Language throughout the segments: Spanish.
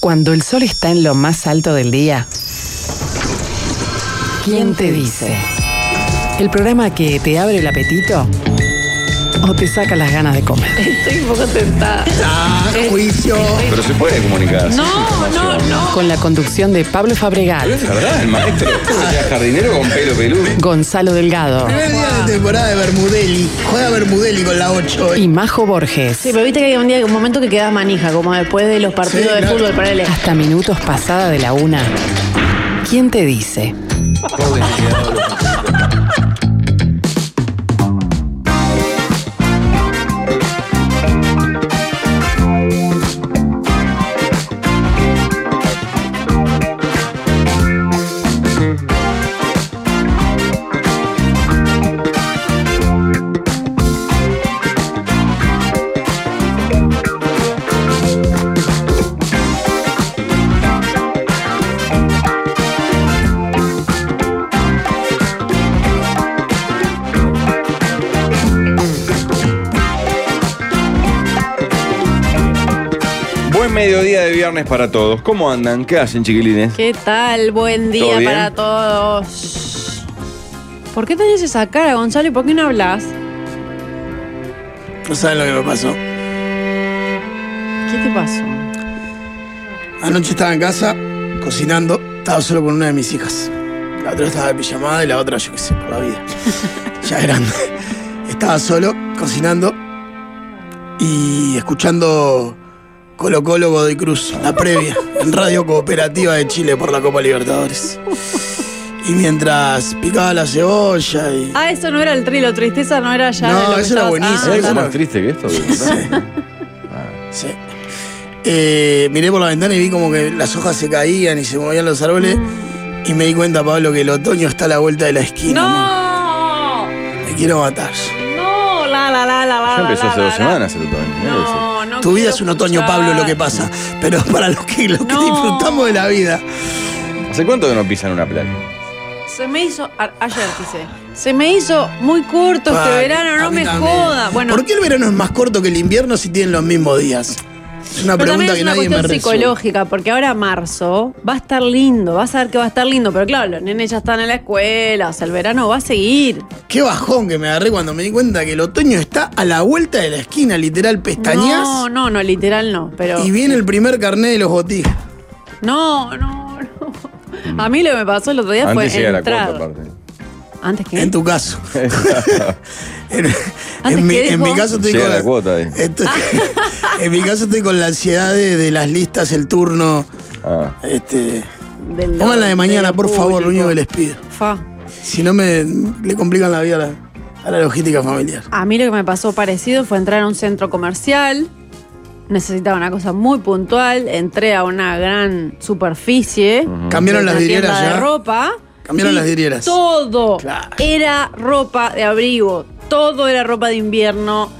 Cuando el sol está en lo más alto del día, ¿quién te dice? El programa que te abre el apetito o te saca las ganas de comer. Estoy un poco tentada. Ah, juicio. Pero se puede comunicar. sí, No, no, información. no. Con la conducción de Pablo Pero Fabregat, es verdad, el maestro. O sea, jardinero con pelo peludo. Gonzalo Delgado Primer día de temporada de Bermudelli. Juega Bermudelli con la 8 hoy. y Majo Borges. Sí, pero viste que hay un día, un momento que quedas manija, como después de los partidos Sí, de claro. fútbol, ponele. Hasta minutos pasada de la una. ¿Quién te dice? Buen mediodía de viernes para todos. ¿Cómo andan? ¿Qué hacen, chiquilines? ¿Qué tal? Buen ¿Todo día bien? para todos. ¿Por qué tenés esa cara, Gonzalo? ¿Y por qué no hablas? No saben lo que me pasó. ¿Qué te pasó? Anoche estaba en casa cocinando. Estaba solo con una de mis hijas. La otra estaba de pijamada y la otra, yo qué sé, por la vida. ya grande. Estaba solo cocinando y escuchando Colo Colo Godoy Cruz, la previa, en Radio Cooperativa de Chile por la Copa Libertadores. Y mientras picaba la cebolla y. Ah, eso no era el trilo, tristeza no era ya. No, de lo que eso era estabas- ¿Hay buenísimo. Ah, algo claro. más triste que esto? Sí. Eh, miré por la ventana y vi como que las hojas se caían y se movían los árboles. Y me di cuenta, Pablo, que el otoño está a la vuelta de la esquina. man. Mm. no, Me quiero matar. no, la, la, la, la, la. Ya empezó la, hace la, la. dos semanas el otoño. mirá lo que es. No, no. Tu vida quiero es un otoño, escuchar. Pablo, lo que pasa. Pero para los que, los que No. disfrutamos de la vida. ¿Hace cuánto que no pisan una playa? Se me hizo, a- ayer quise, se me hizo muy corto este Pablo, verano, a no mí me también. joda. Bueno, ¿Por qué el verano es más corto que el invierno si tienen los mismos días? Es una pero también Ah, pregunta es que una nadie me cuestión resuelve. psicológica, porque ahora marzo va a estar lindo, vas a ver que va a estar lindo, pero claro, los nenes ya están en la escuela, o sea, el verano va a seguir. Qué bajón que me agarré cuando me di cuenta que el otoño está a la vuelta de la esquina, literal, pestañas. No, no, no, literal no, pero... Y viene el primer carné de los botijas. No, no, no. A mí lo que me pasó el otro día Antes fue llega la entrar. cuarta parte. Antes que... En tu caso. en, Antes en mi, que en dejo. mi caso estoy Llega con la cuota ahí. estoy- Ah. en mi caso estoy con la ansiedad de, de las listas, el turno. Ah. Este, del- pónganla de mañana, del por favor, lo único que les pido. Fa. Si no me le complican la vida a la, a la logística familiar. A mí lo que me pasó parecido fue entrar a un centro comercial. Necesitaba una cosa muy puntual. Entré a una gran superficie. Cambiaron las una tienda vidrieras de ya. ropa. Cambiaron y las vidrieras. Todo Claro. era ropa de abrigo. Todo era ropa de invierno.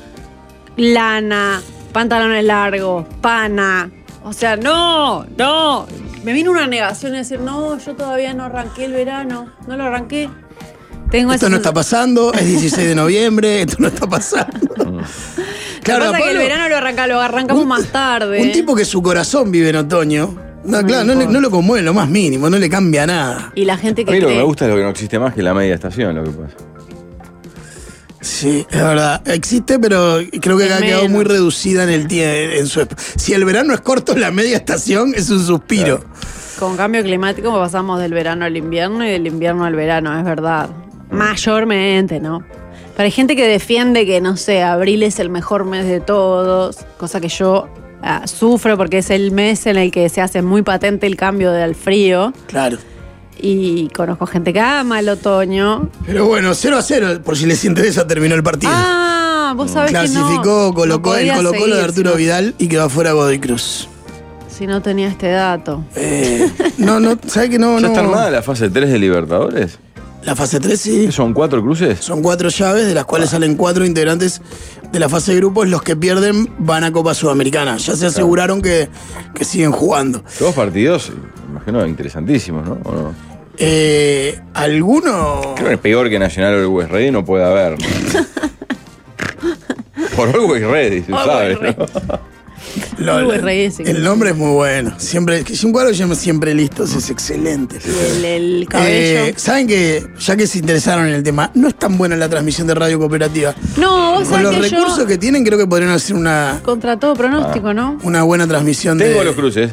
Lana, pantalones largos, pana. O sea, no, no. Me vino una negación de decir, no, yo todavía no arranqué el verano. No lo arranqué. Tengo Esto esa sensación. no está pasando, es 16 de noviembre, esto no está pasando. Mm. lo que pasa es que el Pablo, verano lo, arranca, lo arrancamos un- más tarde. Un tipo que su corazón vive en otoño. No, No claro, le no, le- importa. no lo conmueve lo más mínimo, no le cambia nada. Y la gente A que mí lo que cree- me gusta es lo que no existe más que la media estación, lo que pasa. Sí, es verdad. Existe, pero creo que Es ha quedado menos. muy reducida en el tie- en su esp- Si el verano es corto, la media estación es un suspiro. con cambio climático pues pasamos del verano al invierno y del invierno al verano, es verdad. Mm. Mayormente, ¿no? Pero hay gente que defiende que, no sé, abril es el mejor mes de todos, cosa que yo ah, sufro porque es el mes en el que se hace muy patente el cambio del frío. Claro. Y conozco gente que ama el otoño. Pero bueno, 0 a 0, por si les interesa, terminó el partido. Ah, vos sabés que Mm. Clasificó no. no colocó, el podía Colo Colo de seguir Arturo si no- Vidal y quedó afuera Godoy Cruz. Si no tenía este dato. Eh, no, no, ¿sabes que no? ¿Ya está no. armada la fase 3 de Libertadores? La fase 3 sí. ¿Qué ¿Son cuatro cruces? Son cuatro llaves, de las cuales Ah. salen cuatro integrantes de la fase de grupos. Los que pierden van a Copa Sudamericana. Ya se aseguraron que, que siguen jugando. Dos partidos, imagino, interesantísimos, ¿no? ¿O no? Eh, ¿Alguno? Creo que es peor que Nacional Always Ready no puede haber. ¿no? Por Always Ready, se Always sabe, Ready. ¿no? Lo- Uy, raíces. el nombre es muy bueno. Siempre, que un cuadro se llama Siempre Listos, es excelente. El, el cabello. Eh, Saben que, ya que se interesaron en el tema, no es tan buena la transmisión de radio cooperativa. no, vos Con sabés los que recursos yo, que Ah. tienen, creo que podrían hacer una, contra todo pronóstico, ¿no? una buena transmisión Tengo de. los cruces.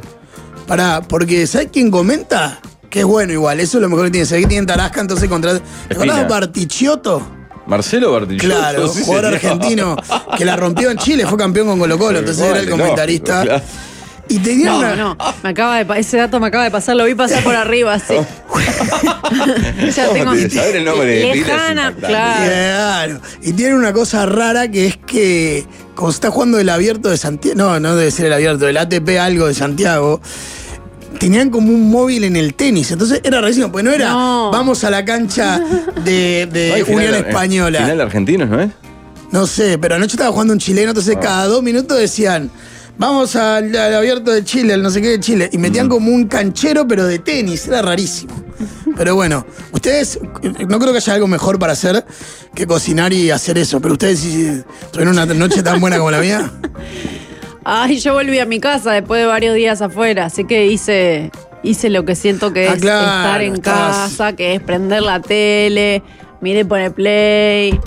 Pará, porque ¿sabes quién comenta? Que es bueno igual, eso es lo mejor que tiene. ¿Sabés que tienen Tarasca? Entonces contrata. ¿Te Espina. acordás de Bartichotto? Marcelo Bartichotto. Claro, sí, jugador señor. argentino que la rompió en Chile, fue campeón con Colo Colo, entonces era el Lógico, comentarista. claro. Y tenía una. No, no, me acaba de pa- ese dato me acaba de pasar, lo vi pasar por arriba, así. ya tengo Saber el nombre de Pila es Lejana, impactante. claro. Claro. Y tiene una cosa rara que es que cuando está jugando el abierto de Santiago, no, no debe ser el abierto, el ATP algo de Santiago, tenían como un móvil en el tenis. Entonces era recién, pues no era No. vamos a la cancha de, de No, hay final- Unión eh, Española. Final de argentinos, ¿no es? No sé, pero anoche estaba jugando un chileno, entonces cada dos minutos decían, vamos al, al abierto de Chile, al no sé qué de Chile. Y metían como un canchero, pero de tenis, era rarísimo. Pero bueno, ustedes, no creo que haya algo mejor para hacer que cocinar y hacer eso. Pero ustedes, si tuvieron una noche tan buena como la mía, Ay, yo volví a mi casa después de varios días afuera, así que hice, hice lo que siento que Ah, es claro, estar en estabas- casa, que es prender la tele, miré por el play,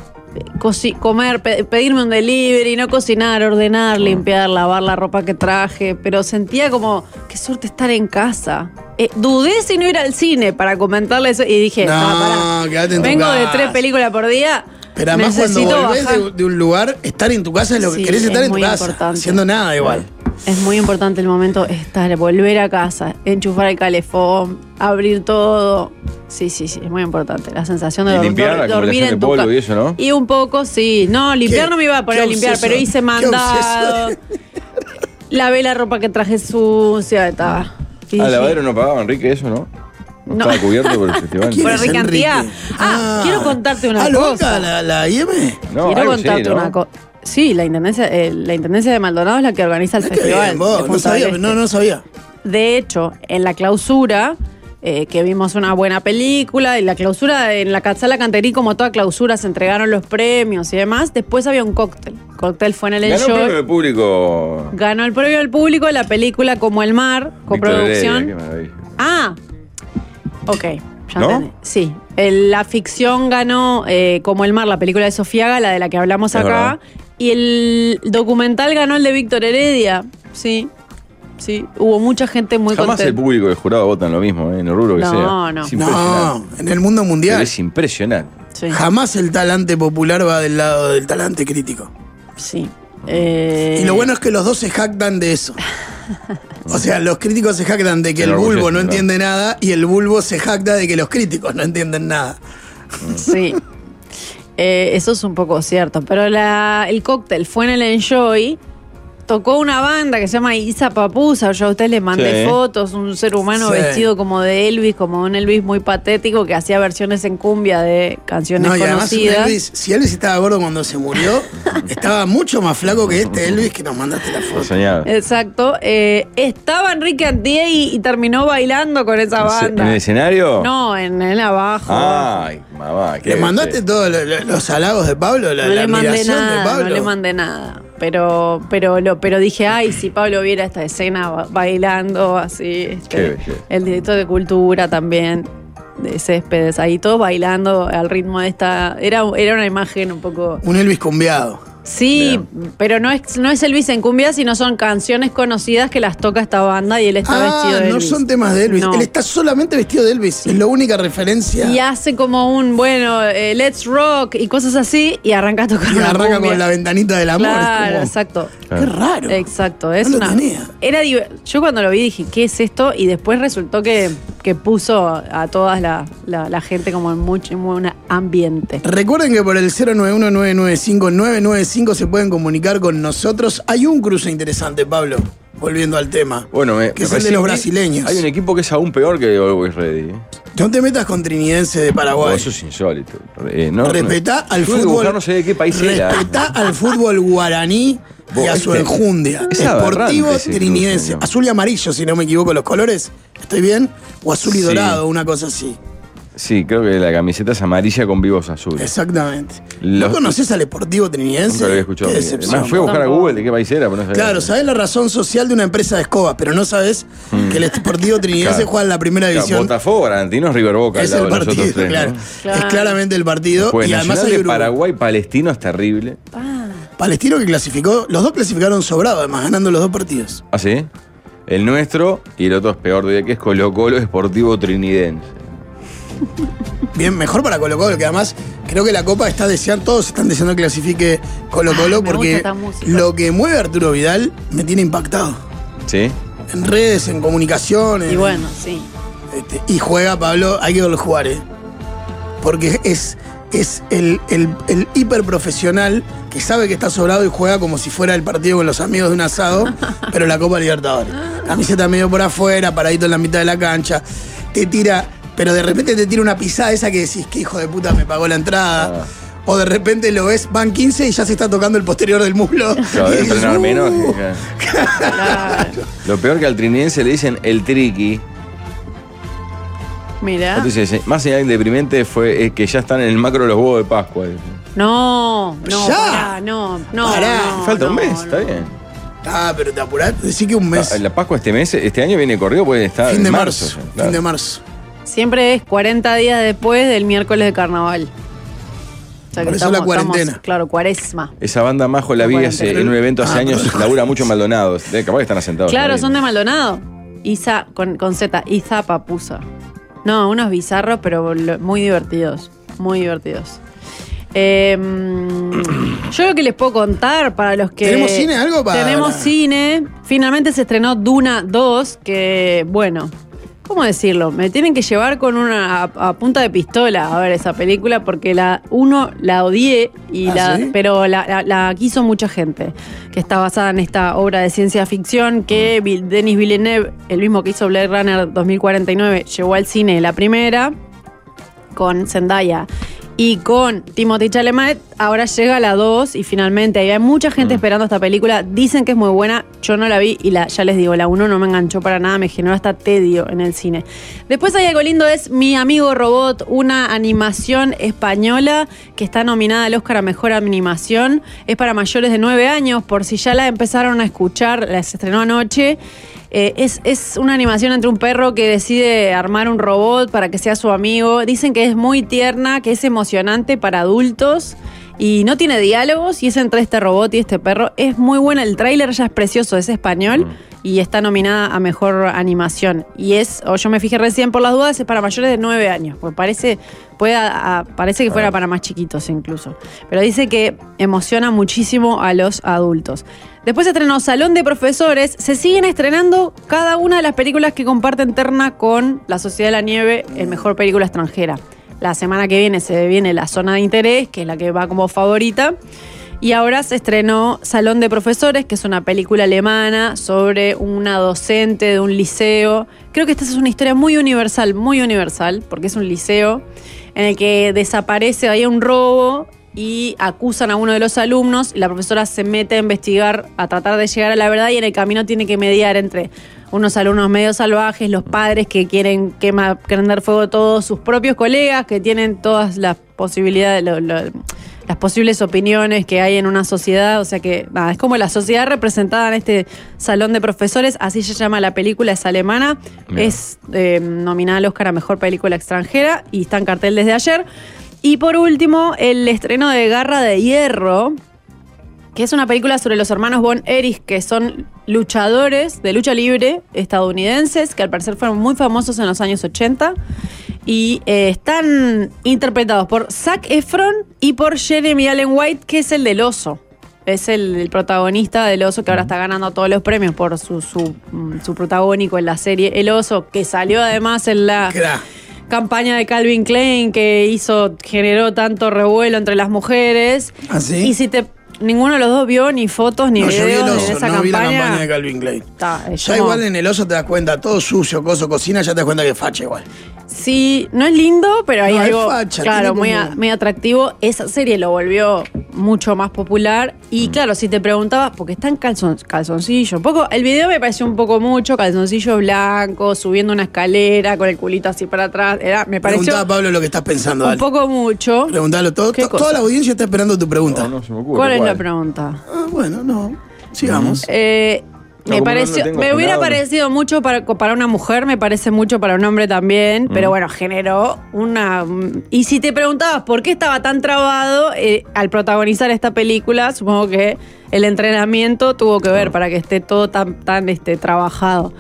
coci- comer, pe- pedirme un delivery, no cocinar, ordenar, limpiar, lavar la ropa que traje, pero sentía como, qué suerte estar en casa. Eh, dudé si no ir al cine para comentarle eso y dije, No, "Ah, pará, quédate en tu vengo de casa". tres películas por día. pero además cuando necesito volvés bajar. de, de un lugar, estar en tu casa es lo que Sí, querés estar es en tu muy casa, importante. haciendo nada igual. Es muy importante el momento estar, volver a casa, enchufar el calefón, abrir todo. Sí, sí, sí, es muy importante. La sensación de Y dor- limpiar la dor- dormir acumulación de en tu polvo ca- y eso, ¿no? Y un poco, sí. No, limpiar ¿Qué? no me iba a poner ¿Qué a limpiar, obseso? pero hice ¿Qué mandado. Lavé la ropa que traje sucia, estaba. Y Ah, dije, lavadero no pagaba Enrique eso, ¿no? No, No. estaba cubierto por el festival. ¿Quién Por es Enrique Enrique? Antía. Ah, quiero contarte una ¿Ah, loca, cosa. la, la IM? No, Quiero algo así, contarte ¿no? una cosa. Sí, la intendencia, eh, la intendencia de Maldonado es la que organiza el Qué festival. bien, de vos, no Punta sabía, del Este. no, no sabía. De hecho, en la clausura, eh, que vimos una buena película, y la clausura en la ca- sala Canterí, como toda clausura, se entregaron los premios y demás. Después había un cóctel. El cóctel fue en el Ganó premio de Enjoy. público. Ganó el premio del público la película Como el Mar, Víctor Heredia, qué coproducción. maravilla. Ah, ok. Ya ¿No? entendí. Sí. El- la ficción ganó eh, Como el Mar, la película de Sofía Gala, de la que hablamos Es acá. verdad. Y el documental ganó el de Víctor Heredia. Sí. Sí. Hubo mucha gente muy Jamás contenta. el público y el jurado votan lo mismo, ¿eh? en el rubro que No, sea. no. Es impresionante. No, en el mundo Pero mundial. es impresionante. Sí. Jamás el talante popular va del lado del talante crítico. Sí. Eh, Y lo bueno es que los dos se jactan de eso. O sea, los críticos se jactan de que Se el bulbo enorgullecen, no ¿no? entiende nada y el bulbo se jacta de que los críticos no entienden nada. Sí. Eh, eso es un poco cierto. Pero la- el cóctel fue en el Enjoy. Tocó una banda que se llama Isa Papusa. Yo a ustedes les mandé Sí. fotos. Un ser humano Sí. vestido como de Elvis, como un Elvis muy patético que hacía versiones en cumbia de canciones No, y además un conocidas. Elvis, si Elvis estaba gordo cuando se murió, estaba mucho más flaco que este Elvis que nos mandaste la Lo foto. soñaba. Exacto. Eh, estaba Enrique Antier y, y terminó bailando con esa ¿En banda. el escenario? No, en el abajo. Ah. Ay, mamá. qué ¿Le mandaste bestia. todos lo- lo- los halagos de Pablo? ¿La, no la le mandé admiración de nada, Pablo? no le mandé nada. Pero, pero, lo, pero dije, ay, si Pablo viera esta escena ba- bailando así, este, Qué belleza. el director de cultura también, de Céspedes, ahí todos bailando al ritmo de esta. Era, era una imagen un poco. Un Elvis cumbiado. Sí, pero no es, no es Elvis en cumbia, sino son canciones conocidas que las toca esta banda y él está Ah, vestido de no Elvis. son temas de Elvis. No. Él está solamente vestido de Elvis. Es la única referencia. Y hace como un, bueno, eh, let's rock y cosas así, y arranca a tocar Y una arranca cumbia. con la ventanita del amor. Claro, es como, exacto. Qué raro. Exacto, es No lo una. tenía. Era diver- Yo cuando lo vi dije, ¿qué es esto? Y después resultó que, que puso a toda la, la- la gente como en mucho en un ambiente. Recuerden que por el 091-995-995 se pueden comunicar con nosotros. Hay un cruce interesante, Pablo, volviendo al tema. Bueno, me, que me es el de parece los que brasileños. Hay un equipo que es aún peor que Always Ready. ¿eh? No te metas con Trinidense de Oh, Paraguay. Eso es insólito. Eh, no, Respetá no. al Tuve que fútbol. buscar no sé de qué país era. Respetá al fútbol guaraní y Vos, a su este, enjundia. es Deportivo aberrante ese cruce, Trinidense. ¿no? Azul y amarillo, si no me equivoco, los colores. ¿Estoy bien? O azul y Sí. dorado, una cosa así. Sí, creo que la camiseta es amarilla con vivos azules. Exactamente. Los- ¿No conoces al Deportivo Trinidense? Nunca lo había escuchado. Qué Además, decepción. fui a buscar a Tampoco. Google de qué país era, pero no sabía. Claro, sabes la razón social de una empresa de escobas, pero no sabes que el Deportivo Trinidense Mm. Claro. juega en la primera Claro, división. Botafogo, Argentino es River Boca. al es lado el de nosotros partido, tres, ¿no? claro. Es Claro. claramente el partido. Pues y además Nacional hay de grupo. Paraguay, Palestino es terrible. Ah. Palestino que clasificó, los dos clasificaron sobrado, además ganando los dos partidos. ¿Ah, sí? El nuestro y el otro es peor de que es Colo Colo Esportivo Trinidense. Bien, mejor para Colo Colo, que además creo que la Copa está deseando, todos están deseando que clasifique Colo Colo Ah, me gusta porque esta música. lo que mueve a Arturo Vidal me tiene impactado. ¿Sí? En redes, en comunicaciones. Y bueno, sí. Este, y juega Pablo, hay que verlo jugar, ¿eh? Porque es, es el, el, el hiperprofesional que sabe que está sobrado y juega como si fuera el partido con los amigos de un asado, pero la Copa Libertadores. Camiseta medio por afuera, paradito en la mitad de la cancha. Te tira, pero de repente te tira una pisada esa que decís, que hijo de puta me pagó la Ah. entrada. O de repente lo ves, van 15 y ya se está tocando el posterior del muslo. Claro, Y debe dices, entrenar "Uh". menos. claro. Claro. Lo peor que al trinidense le dicen el triqui. Mirá. Entonces, eh, más señal deprimente fue eh, que ya están en el macro los huevos de Pascua. No, no, Ya. pará, no, no. Pará. no, Falta un no, mes, no. está bien. Ah, pero te apurás, decí que un mes. Ah, La Pascua este mes, este año viene corrido porque está fin en de marzo. ya, Fin claro. de marzo. Siempre es 40 días después del miércoles de carnaval. O sea Por eso la cuarentena. claro, cuarentena. Esa banda Majo la vi Bueno, hace- pero- en un evento hace Ah, años, pero- labura mucho en Maldonado. Eh, capaz que están asentados. Claro, ahí. son de Maldonado. Isa, con, con Z, Iza Papusa. No, unos bizarros, pero lo- muy divertidos. Muy divertidos. Eh, yo lo que les puedo contar para los que. ¿Tenemos cine? ¿Algo para- Tenemos cine. Finalmente se estrenó Duna 2, que, bueno. ¿Cómo decirlo? Me tienen que llevar con una a, a punta de pistola a ver esa película porque la uno la odié y ¿Ah, la sí? pero la, la- la quiso mucha gente, que está basada en esta obra de ciencia ficción que Mm. Vil- Denis Villeneuve, el mismo que hizo Blade Runner 2049, llevó al cine la primera con Zendaya y con Timothy Chalamet. Ahora llega la 2 y finalmente ahí hay mucha gente esperando esta película. Dicen que es muy buena, yo no la vi y la, ya les digo, la 1 no me enganchó para nada, me generó hasta tedio en el cine. Después hay algo lindo, es Mi Amigo Robot, una animación española que está nominada al Oscar a Mejor Animación. Es para mayores de 9 años, por si ya la empezaron a escuchar, la se estrenó anoche. Eh, es, es una animación entre un perro que decide armar un robot para que sea su amigo. Dicen que es muy tierna, que es emocionante para adultos y no tiene diálogos y es entre este robot y este perro. Es muy buena, el tráiler ya es precioso, es español y está nominada a Mejor Animación. Y es, o yo me fijé recién por las dudas, es para mayores de 9 años, porque parece, puede a- a- parece que fuera para más chiquitos incluso. Pero dice que emociona muchísimo a los adultos. Después se estrenó Salón de Profesores. Se siguen estrenando cada una de las películas que comparten terna con La Sociedad de la Nieve en Mejor Película Extranjera. La semana que viene se viene La Zona de Interés, que es la que va como favorita. Y ahora se estrenó Salón de Profesores, que es una película alemana sobre una docente de un liceo. Creo que esta es una historia muy universal, muy universal, porque es un liceo en el que desaparece, hay un robo y acusan a uno de los alumnos y la profesora se mete a investigar, a tratar de llegar a la verdad y en el camino tiene que mediar entre unos alumnos medio salvajes, los padres que quieren quema- prender fuego todos sus propios colegas, que tienen todas las posibilidades, lo- lo- las posibles opiniones que hay en una sociedad. O sea que nada, es como la sociedad representada en este salón de profesores, así se llama la película, es alemana. Bien. Es eh, nominada al Oscar a Mejor Película Extranjera y está en cartel desde ayer. Y por último, el estreno de Garra de Hierro, que es una película sobre los hermanos Von Erich, que son luchadores de lucha libre estadounidenses, que al parecer fueron muy famosos en los años 80, y eh, están interpretados por Zac Efron y por Jeremy Allen White, que es el del oso. Es el, el protagonista del oso que ahora está ganando todos los premios por su, su, mm, su protagónico en la serie El Oso, que salió además en la Cra. campaña de Calvin Klein que hizo, generó tanto revuelo entre las mujeres. ¿Ah, sí? Y si te. Ninguno de los dos vio ni fotos ni No, yo vi el videos de oso, esa no vi la campaña de campaña. Calvin Klein. Está, es Ya como- igual en el oso te das cuenta, todo sucio, coso, cocina, ya te das cuenta que es facha igual. Sí, no es lindo, pero hay No, es algo facha, claro, tiene muy, como- a- muy atractivo. Esa serie lo volvió mucho más popular. Mm. Y claro, si te preguntabas, porque está en calzon, calzoncillo. Un poco, el video me pareció un poco mucho, calzoncillo blanco, subiendo una escalera con el culito así para atrás. Era, me pareció Preguntá a Pablo lo que estás pensando, un dale. poco mucho. Preguntalo todo. ¿Qué to- cosa? Toda la audiencia está esperando tu pregunta. No, no se me ocurre. ¿Cuál es la pregunta? Ah, bueno, no. Sigamos. Eh, No, me como no lo pareció, tengo me hubiera afinado, no. parecido mucho para, para una mujer, me parece mucho para un hombre también, Mm. pero bueno, generó una... Y si te preguntabas por qué estaba tan trabado eh, al protagonizar esta película, supongo que el entrenamiento tuvo que Ah. ver para que esté todo tan, tan este, trabajado.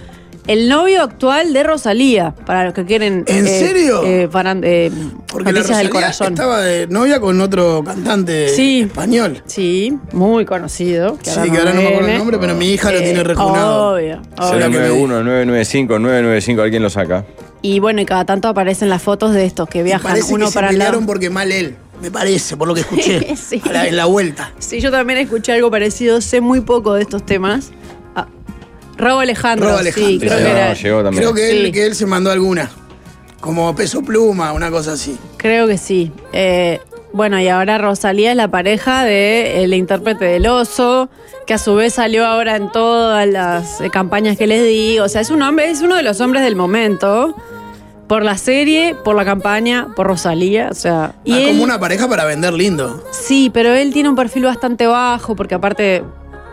El novio actual de Rosalía, para los que quieren... ¿En serio? eh, faran- eh, Porque noticias la del Rosalía corazón. estaba de novia con otro cantante Sí. español. Sí, muy conocido. Sí, que ahora no me acuerdo el viene. nombre, pero mi hija lo Eh, tiene rejugnado. Obvio, obvio. Será que me- 091, 995, 995, alguien lo saca. Y bueno, y cada tanto aparecen las fotos de estos que Me viajan parece uno que para se el pelearon lado. porque mal él, me parece, por lo que escuché Sí. a la- en la vuelta. Sí, yo también escuché algo parecido, sé muy poco de estos temas. Ah, Rauw Alejandro, Robo Alejandro. sí, creo Sí, que no, era. llegó también. Creo que él, Sí. que él se mandó alguna. Como peso pluma, una cosa así. Creo que sí. Eh, bueno, y ahora Rosalía es la pareja de eh, el intérprete del oso, que a su vez salió ahora en todas las eh, campañas que les di. O sea, es un hombre, es uno de los hombres del momento. Por la serie, por la campaña, por Rosalía. O sea. y Ah, él- como una pareja para vender lindo. Sí, pero él tiene un perfil bastante bajo, porque aparte,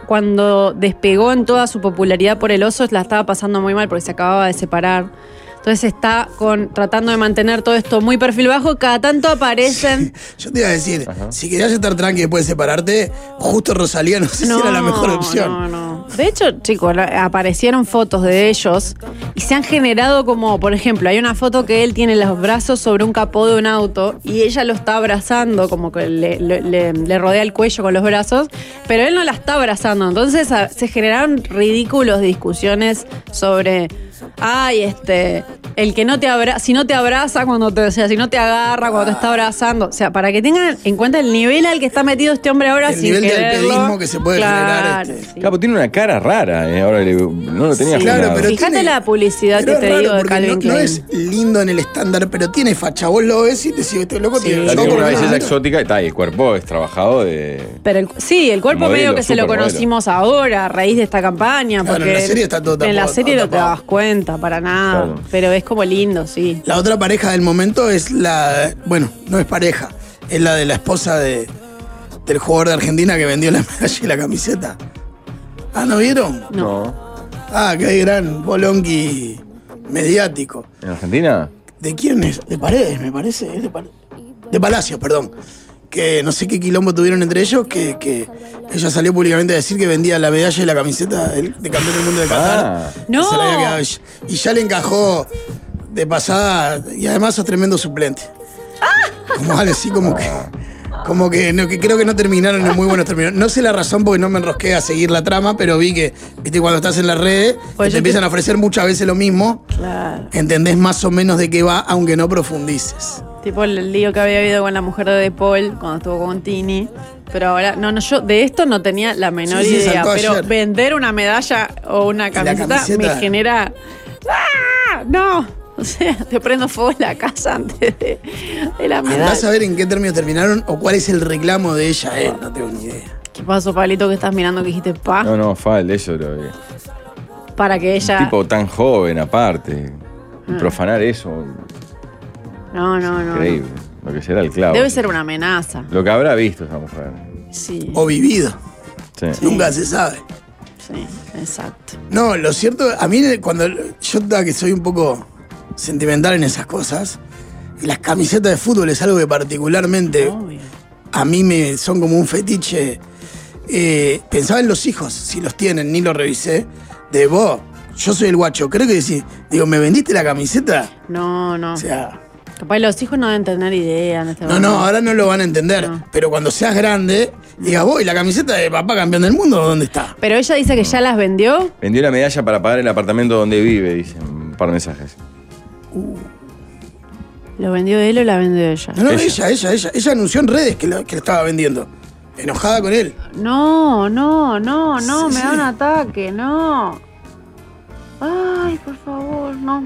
cuando despegó en toda su popularidad por el oso, la estaba pasando muy mal porque se acababa de separar. Entonces está con, tratando de mantener todo esto muy perfil bajo. Cada tanto aparecen. Yo te iba a decir, si querías estar tranqui después de separarte, justo Rosalía no sé si era la mejor opción. No, no. De hecho, chicos, la- aparecieron fotos de ellos y se han generado como, por ejemplo, hay una foto que él tiene los brazos sobre un capó de un auto y ella lo está abrazando, como que le, le- le- le rodea el cuello con los brazos, pero él no la está abrazando. Entonces a- se generaron ridículos discusiones sobre. Ay, este, el que no te abraza, si no te abraza cuando te, o sea, si no te agarra cuando te está abrazando, o sea, para que tengan en cuenta el nivel al que está metido este hombre ahora El sin nivel de quererlo. alpedismo que se puede generar, Claro, este. sí. Capo tiene una cara rara, eh, ahora le- no lo tenía Sí. Claro, afinado. pero Fíjate tiene- la publicidad pero que es te raro digo de porque Calvin no, no Klein. es lindo en el estándar, pero tiene facha. Vos lo ves y te decís, este loco Sí. tiene La yo Yo tiene por una lo belleza menos- exótica y tal, y el cuerpo es trabajado de. Pero el- sí, el cuerpo Modelo, medio que se lo supermodelo. conocimos ahora a raíz de esta campaña. Claro, porque en la serie está todo En la tapado, serie todo no te tapado. dabas cuenta para nada. Claro. Pero es como lindo, sí. La otra pareja del momento es la. Bueno, no es pareja. Es la de la esposa de, del jugador de Argentina que vendió la medalla y la camiseta. Ah, ¿no vieron? No. Ah, qué gran bolonqui mediático. ¿En Argentina? ¿De quién es? De Paredes, me parece. es de, Pal- de Palacios, perdón. Que no sé qué quilombo tuvieron entre ellos, que, que ella salió públicamente a decir que vendía la medalla y la camiseta del- de campeón del mundo de Qatar. Ah. Que No. se la había quedado ella. y ya le encajó de pasada. Y además sos tremendo suplente. Ah. Como algo así, como que. Como que, no, que creo que no terminaron en muy buenos términos. No sé la razón porque no me enrosqué a seguir la trama, pero vi que, viste, cuando estás en las redes, que Pues yo te te- empiezan a ofrecer muchas veces lo mismo. Claro. Entendés más o menos de qué va, aunque no profundices. Tipo el lío que había habido con la mujer de De Paul cuando estuvo con Tini. Pero ahora, no, no, yo de esto no tenía la menor Sí, sí, idea. saltó Pero ayer. vender una medalla o una camiseta, camiseta. me genera. ¡Ah! ¡No! O sea, te prendo fuego en la casa antes de, de la medalla. Andás a ver en qué términos terminaron o cuál es el reclamo de ella, eh. No tengo ni idea. ¿Qué pasó, Pablito, que estás mirando que dijiste pa? No, no, Fal, eso lo que- Para que ella. Un tipo tan joven, aparte. Y profanar eso, no, no, no. increíble. Lo que será el no. clavo. Debe ser una amenaza. Lo que habrá visto esa mujer. Sí, O vivido. Sí. Nunca se sabe. sí, exacto. No, lo cierto, a mí cuando. Yo da que soy un poco sentimental en esas cosas. y Las camisetas de fútbol es algo que particularmente Obvio. a mí me son como un fetiche. Eh, pensaba en los hijos, si los tienen, ni lo revisé. De vos, yo soy el guacho, creo que sí. Digo, ¿me vendiste la camiseta? No, no. O sea. Capaz los hijos no deben tener idea en este No, no, momento. ahora no lo van a entender. No. Pero cuando seas grande, digas, voy, la camiseta de papá campeón del mundo, ¿dónde está? Pero ella dice que ya las vendió. Vendió la medalla para pagar el apartamento donde vive, dicen un par de mensajes. ¿Lo vendió él o la vendió ella? No, no, Ella. ella, ella, ella. Ella, anunció en redes que la, que la estaba vendiendo. Enojada con él. No, no, no, no, Sí, me da sí. un ataque, no. Ay, por favor, no.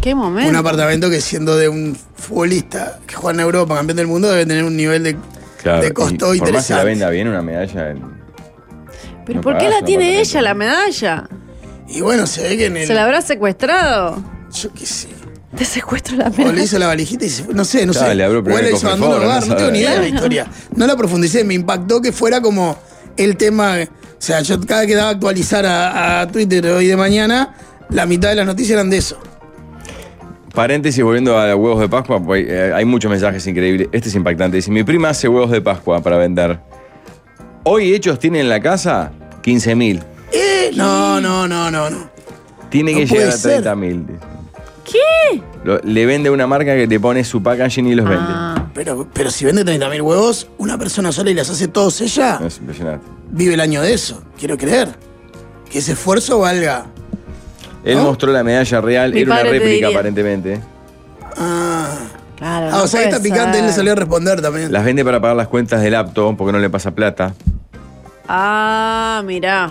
Qué momento. Un apartamento que siendo de un futbolista que juega en Europa, campeón del mundo, debe tener un nivel de, Claro, de costo y por más que la interesante. venda bien una medalla. en- Pero No ¿por qué pagás, la no tiene pagás. ella la medalla? y bueno, se ve que en el. ¿Se la habrá secuestrado? Yo qué sé. Te secuestro la O le medalla. hizo la valijita y se fue. No sé, no Claro, sé. le abrió O primero él el hizo abandono cofre, de hogar, no pobre, tengo ni no idea de la sabe. historia. No la profundicé, me impactó que fuera como el tema. O sea, yo cada vez que daba a actualizar a, a Twitter hoy de mañana, la mitad de las noticias eran de eso. Paréntesis, volviendo a huevos de Pascua, pues, eh, hay muchos mensajes increíbles. Este es impactante. Dice, mi prima hace huevos de Pascua para vender. Hoy hechos tiene en la casa 15.000. Eh, no, no, no, no, no. Tiene No que puede llegar a ser. 30.000. ¿Qué? le vende una marca que te pone su packaging y los Ah, Pero, pero si vende 30.000 huevos, una persona sola y las hace todos ella, vende. Es impresionante. vive el año de eso. Quiero creer. Que ese esfuerzo valga. Él ¿No? mostró la medalla real, Mi era una padre te réplica diría. aparentemente. Ah, claro. Ah, no o sea, puede esta picante él le ser. salió a responder también. Las vende para pagar las cuentas del apto porque no le pasa plata. Ah, mirá.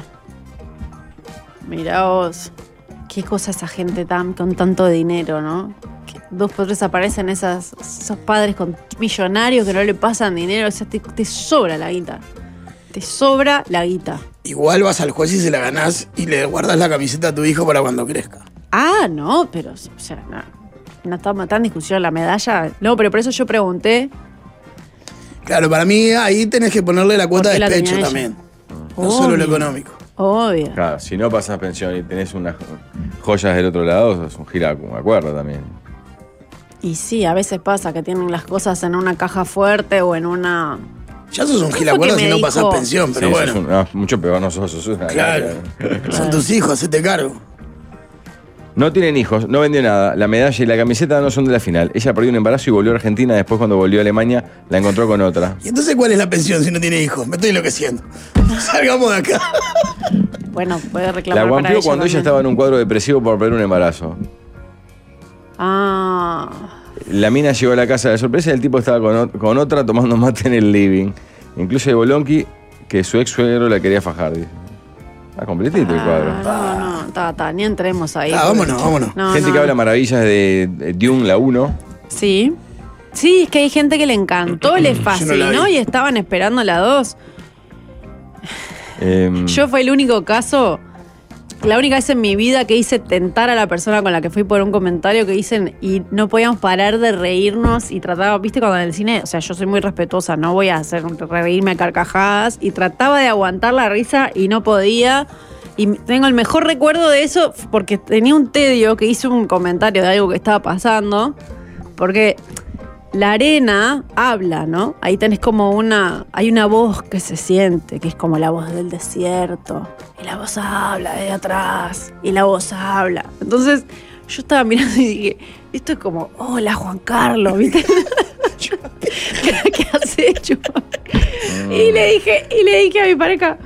Mirá vos. Qué cosa esa gente tan, con tanto dinero, ¿no? Que dos por tres aparecen esas, esos padres con millonarios que no le pasan dinero. O sea, te, te sobra la guita. Te sobra la guita. Igual vas al juez y se la ganás y le guardas la camiseta a tu hijo para cuando crezca. Ah, no, pero, o sea, no. No estamos tan discusión la medalla. No, pero por eso yo pregunté. Claro, para mí ahí tenés que ponerle la cuota ¿Por de qué la despecho tenía también. No Obvio. solo lo económico. Obvio. Claro, si no pasas pensión y tenés unas joyas del otro lado, es un gira me acuerdo también. Y sí, a veces pasa que tienen las cosas en una caja fuerte o en una. Ya sos un ¿Qué gilacuerdo fue que si me no dijo? pasás pensión, pero Sí, bueno. sos un- no, mucho peor no sos, sos una Claro. Son tus hijos, hacete cargo. No tienen hijos, no vendió nada. La medalla y la camiseta no son de la final. Ella perdió un embarazo y volvió a Argentina. Después, cuando volvió a Alemania, la encontró con otra. ¿Y entonces cuál es la pensión si no tiene hijos? Me estoy enloqueciendo. Salgamos de acá. Bueno, puede La reclamar. para guampió ella cuando ella también. estaba en un cuadro depresivo por perder un embarazo. Ah. La mina llegó a la casa de sorpresa y el tipo estaba con, ot- con otra tomando mate en el living. Incluye Bolonqui, que su ex suegro la quería fajar. dice. Está completito el Ah, cuadro. No, no, ta, ta, ni entremos ahí. Ah, vámonos, vámonos. No, Gente no. que habla maravillas de, de Dune, la 1. Sí. Sí, es que hay gente que le encantó, le fascinó vi. y estaban esperando la 2. Em, Yo fue el único caso, la única vez en mi vida que hice tentar a la persona con la que fui por un comentario que dicen y no podíamos parar de reírnos y trataba, viste, cuando en el cine, o sea, yo soy muy respetuosa, no voy a hacer reírme a carcajadas y trataba de aguantar la risa y no podía. Y tengo el mejor recuerdo de eso porque tenía un tedio que hice un comentario de algo que estaba pasando. Porque la arena habla, ¿no? Ahí tenés como una. Hay una voz que se siente, que es como la voz del desierto. Y la voz habla de atrás. Y la voz habla. Entonces, yo estaba mirando y dije, esto es como, hola Juan Carlos, ¿viste? ¿Qué, qué has hecho? Y le dije, y le dije a mi pareja.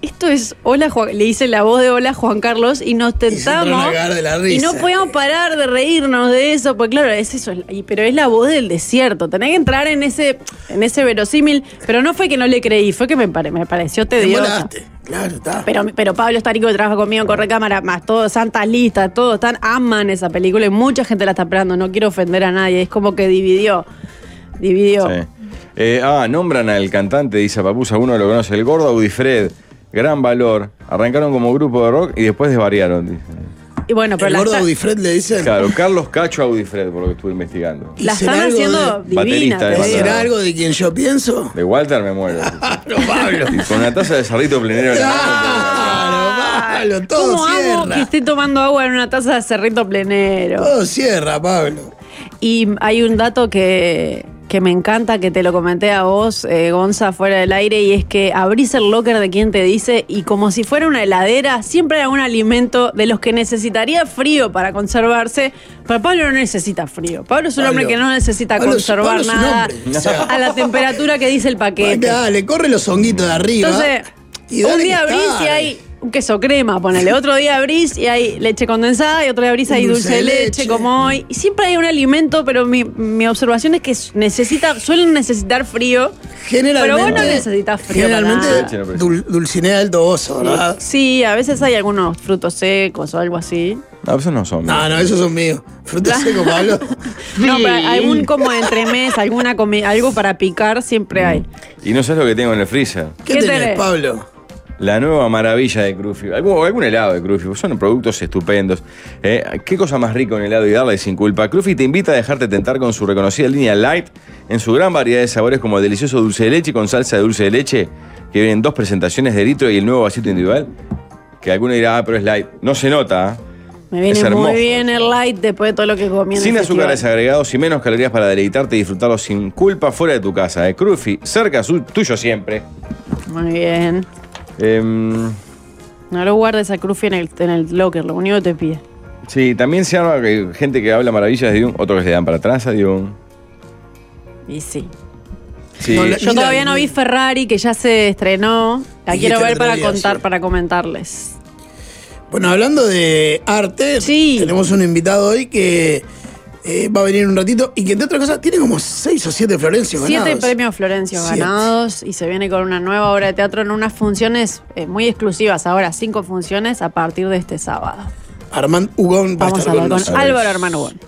Esto es hola Juan, le hice la voz de hola Juan Carlos y nos Y se entró en tentamos. la cara de la risa. Y no podíamos parar de reírnos de eso, porque claro, es eso, es- y- pero es la voz del desierto. Tenés que entrar en ese, en ese verosímil, pero no fue que no le creí, fue que me, pare- me pareció Te tedioso. volaste. Claro, está. Pero, pero Pablo Starico que trabaja conmigo, corre cámara, más todos, Santa Lista, todos están, aman esa película y mucha gente la está esperando. No quiero ofender a nadie, es como que dividió. Dividió. Sí. Eh, ah, nombran al cantante, dice Papusa, uno lo conoce, el gordo Audifred. Gran valor. Arrancaron como grupo de rock y después desvariaron. dice. Y bueno, pero el la, gordo está- Audifred le dicen. Claro, Carlos Cacho Audifred, por lo que estuve investigando. la ¿Y será están algo haciendo de- divina. Baterista de te banda. digo. ¿Será algo de quien yo pienso? De Walter me muero. Claro, Pablo. Y con una taza de sarrito plenero en la ¡Ah! mano. Claro, Pablo. ¿Cómo Todo amo que cierra. esté tomando agua en una taza de cerrito plenero? Todo Oh, cierra, Pablo. Y hay un dato que, que me encanta, que te lo comenté a vos, eh, Gonza, fuera del aire, y es que abrís el locker de quien te dice y como si fuera una heladera, siempre hay algún alimento de los que necesitaría frío para conservarse, pero Pablo no necesita frío. Pablo es un Pablo. hombre que no necesita Pablo es- conservar Pablo es un nada hombre, o sea. a la temperatura que dice el paquete. Dale, corre los honguitos de arriba. Entonces, y un dale que día abrís está. eh, y hay un queso crema, ponele. Otro día abrís y hay leche condensada y otro día abrís y hay dulce, de leche, como hoy. Y siempre hay un alimento, pero mi, mi observación es que necesita, suelen necesitar frío. Generalmente, Pero vos no necesitas frío. para nada. Generalmente, Dul- Dulcinea del Toboso, ¿verdad? Sí, a veces hay algunos frutos secos o algo así. A veces no son. No, no, esos son míos. Frutos secos, Pablo. No, pero algún como entremés, alguna comi- algo para picar siempre hay. Y no sabes lo que tengo en el freezer. ¿Qué, ¿Qué tenés, tenés? Pablo? La nueva maravilla de Crufi. Algún, algún helado de Crufi. Son productos estupendos. Eh, ¿Qué cosa más rica un helado y darle sin culpa? Crufi te invita a dejarte tentar con su reconocida línea light en su gran variedad de sabores como el delicioso dulce de leche con salsa de dulce de leche, que vienen dos presentaciones de litro y el nuevo vasito individual, que alguno dirá, ah, pero es light. No se nota. ¿ah? Me Es viene hermoso. muy bien el light después de todo lo que comí. en el Sin azúcares festival. agregados y menos calorías para deleitarte y disfrutarlo sin culpa fuera de tu casa. Eh. Crufi, cerca su- tuyo siempre. Muy bien. Em, No lo guardes a Cruffy en el, en el locker, lo único que te pide. sí, también se habla que gente que habla maravillas de Dion, otros que se dan para atrás a Dion. Y sí. Sí. No, le- Yo Mira, todavía no vi Ferrari, que ya se estrenó. La Dijiste quiero el ver otro para día, contar, sí. para comentarles. Bueno, hablando de arte, Sí. tenemos un invitado hoy que eh, va a venir un ratito y que, entre otras cosas, tiene como seis o siete Florencios Siete ganados. premios Florencio Siete. ganados y se viene con una nueva obra de teatro en unas funciones eh, muy exclusivas. Ahora cinco funciones a partir de este sábado. Armand Hugón va a Vamos a estar con hablar con nosotros. Álvaro Armanugón.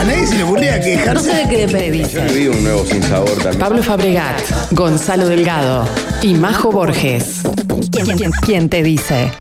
A nadie se le ocurría No quejarse. sé de qué depende. Yo viví un nuevo sin sabor también. Pablo Fabregat, Gonzalo Delgado y Majo Borges. ¿Quién te dice?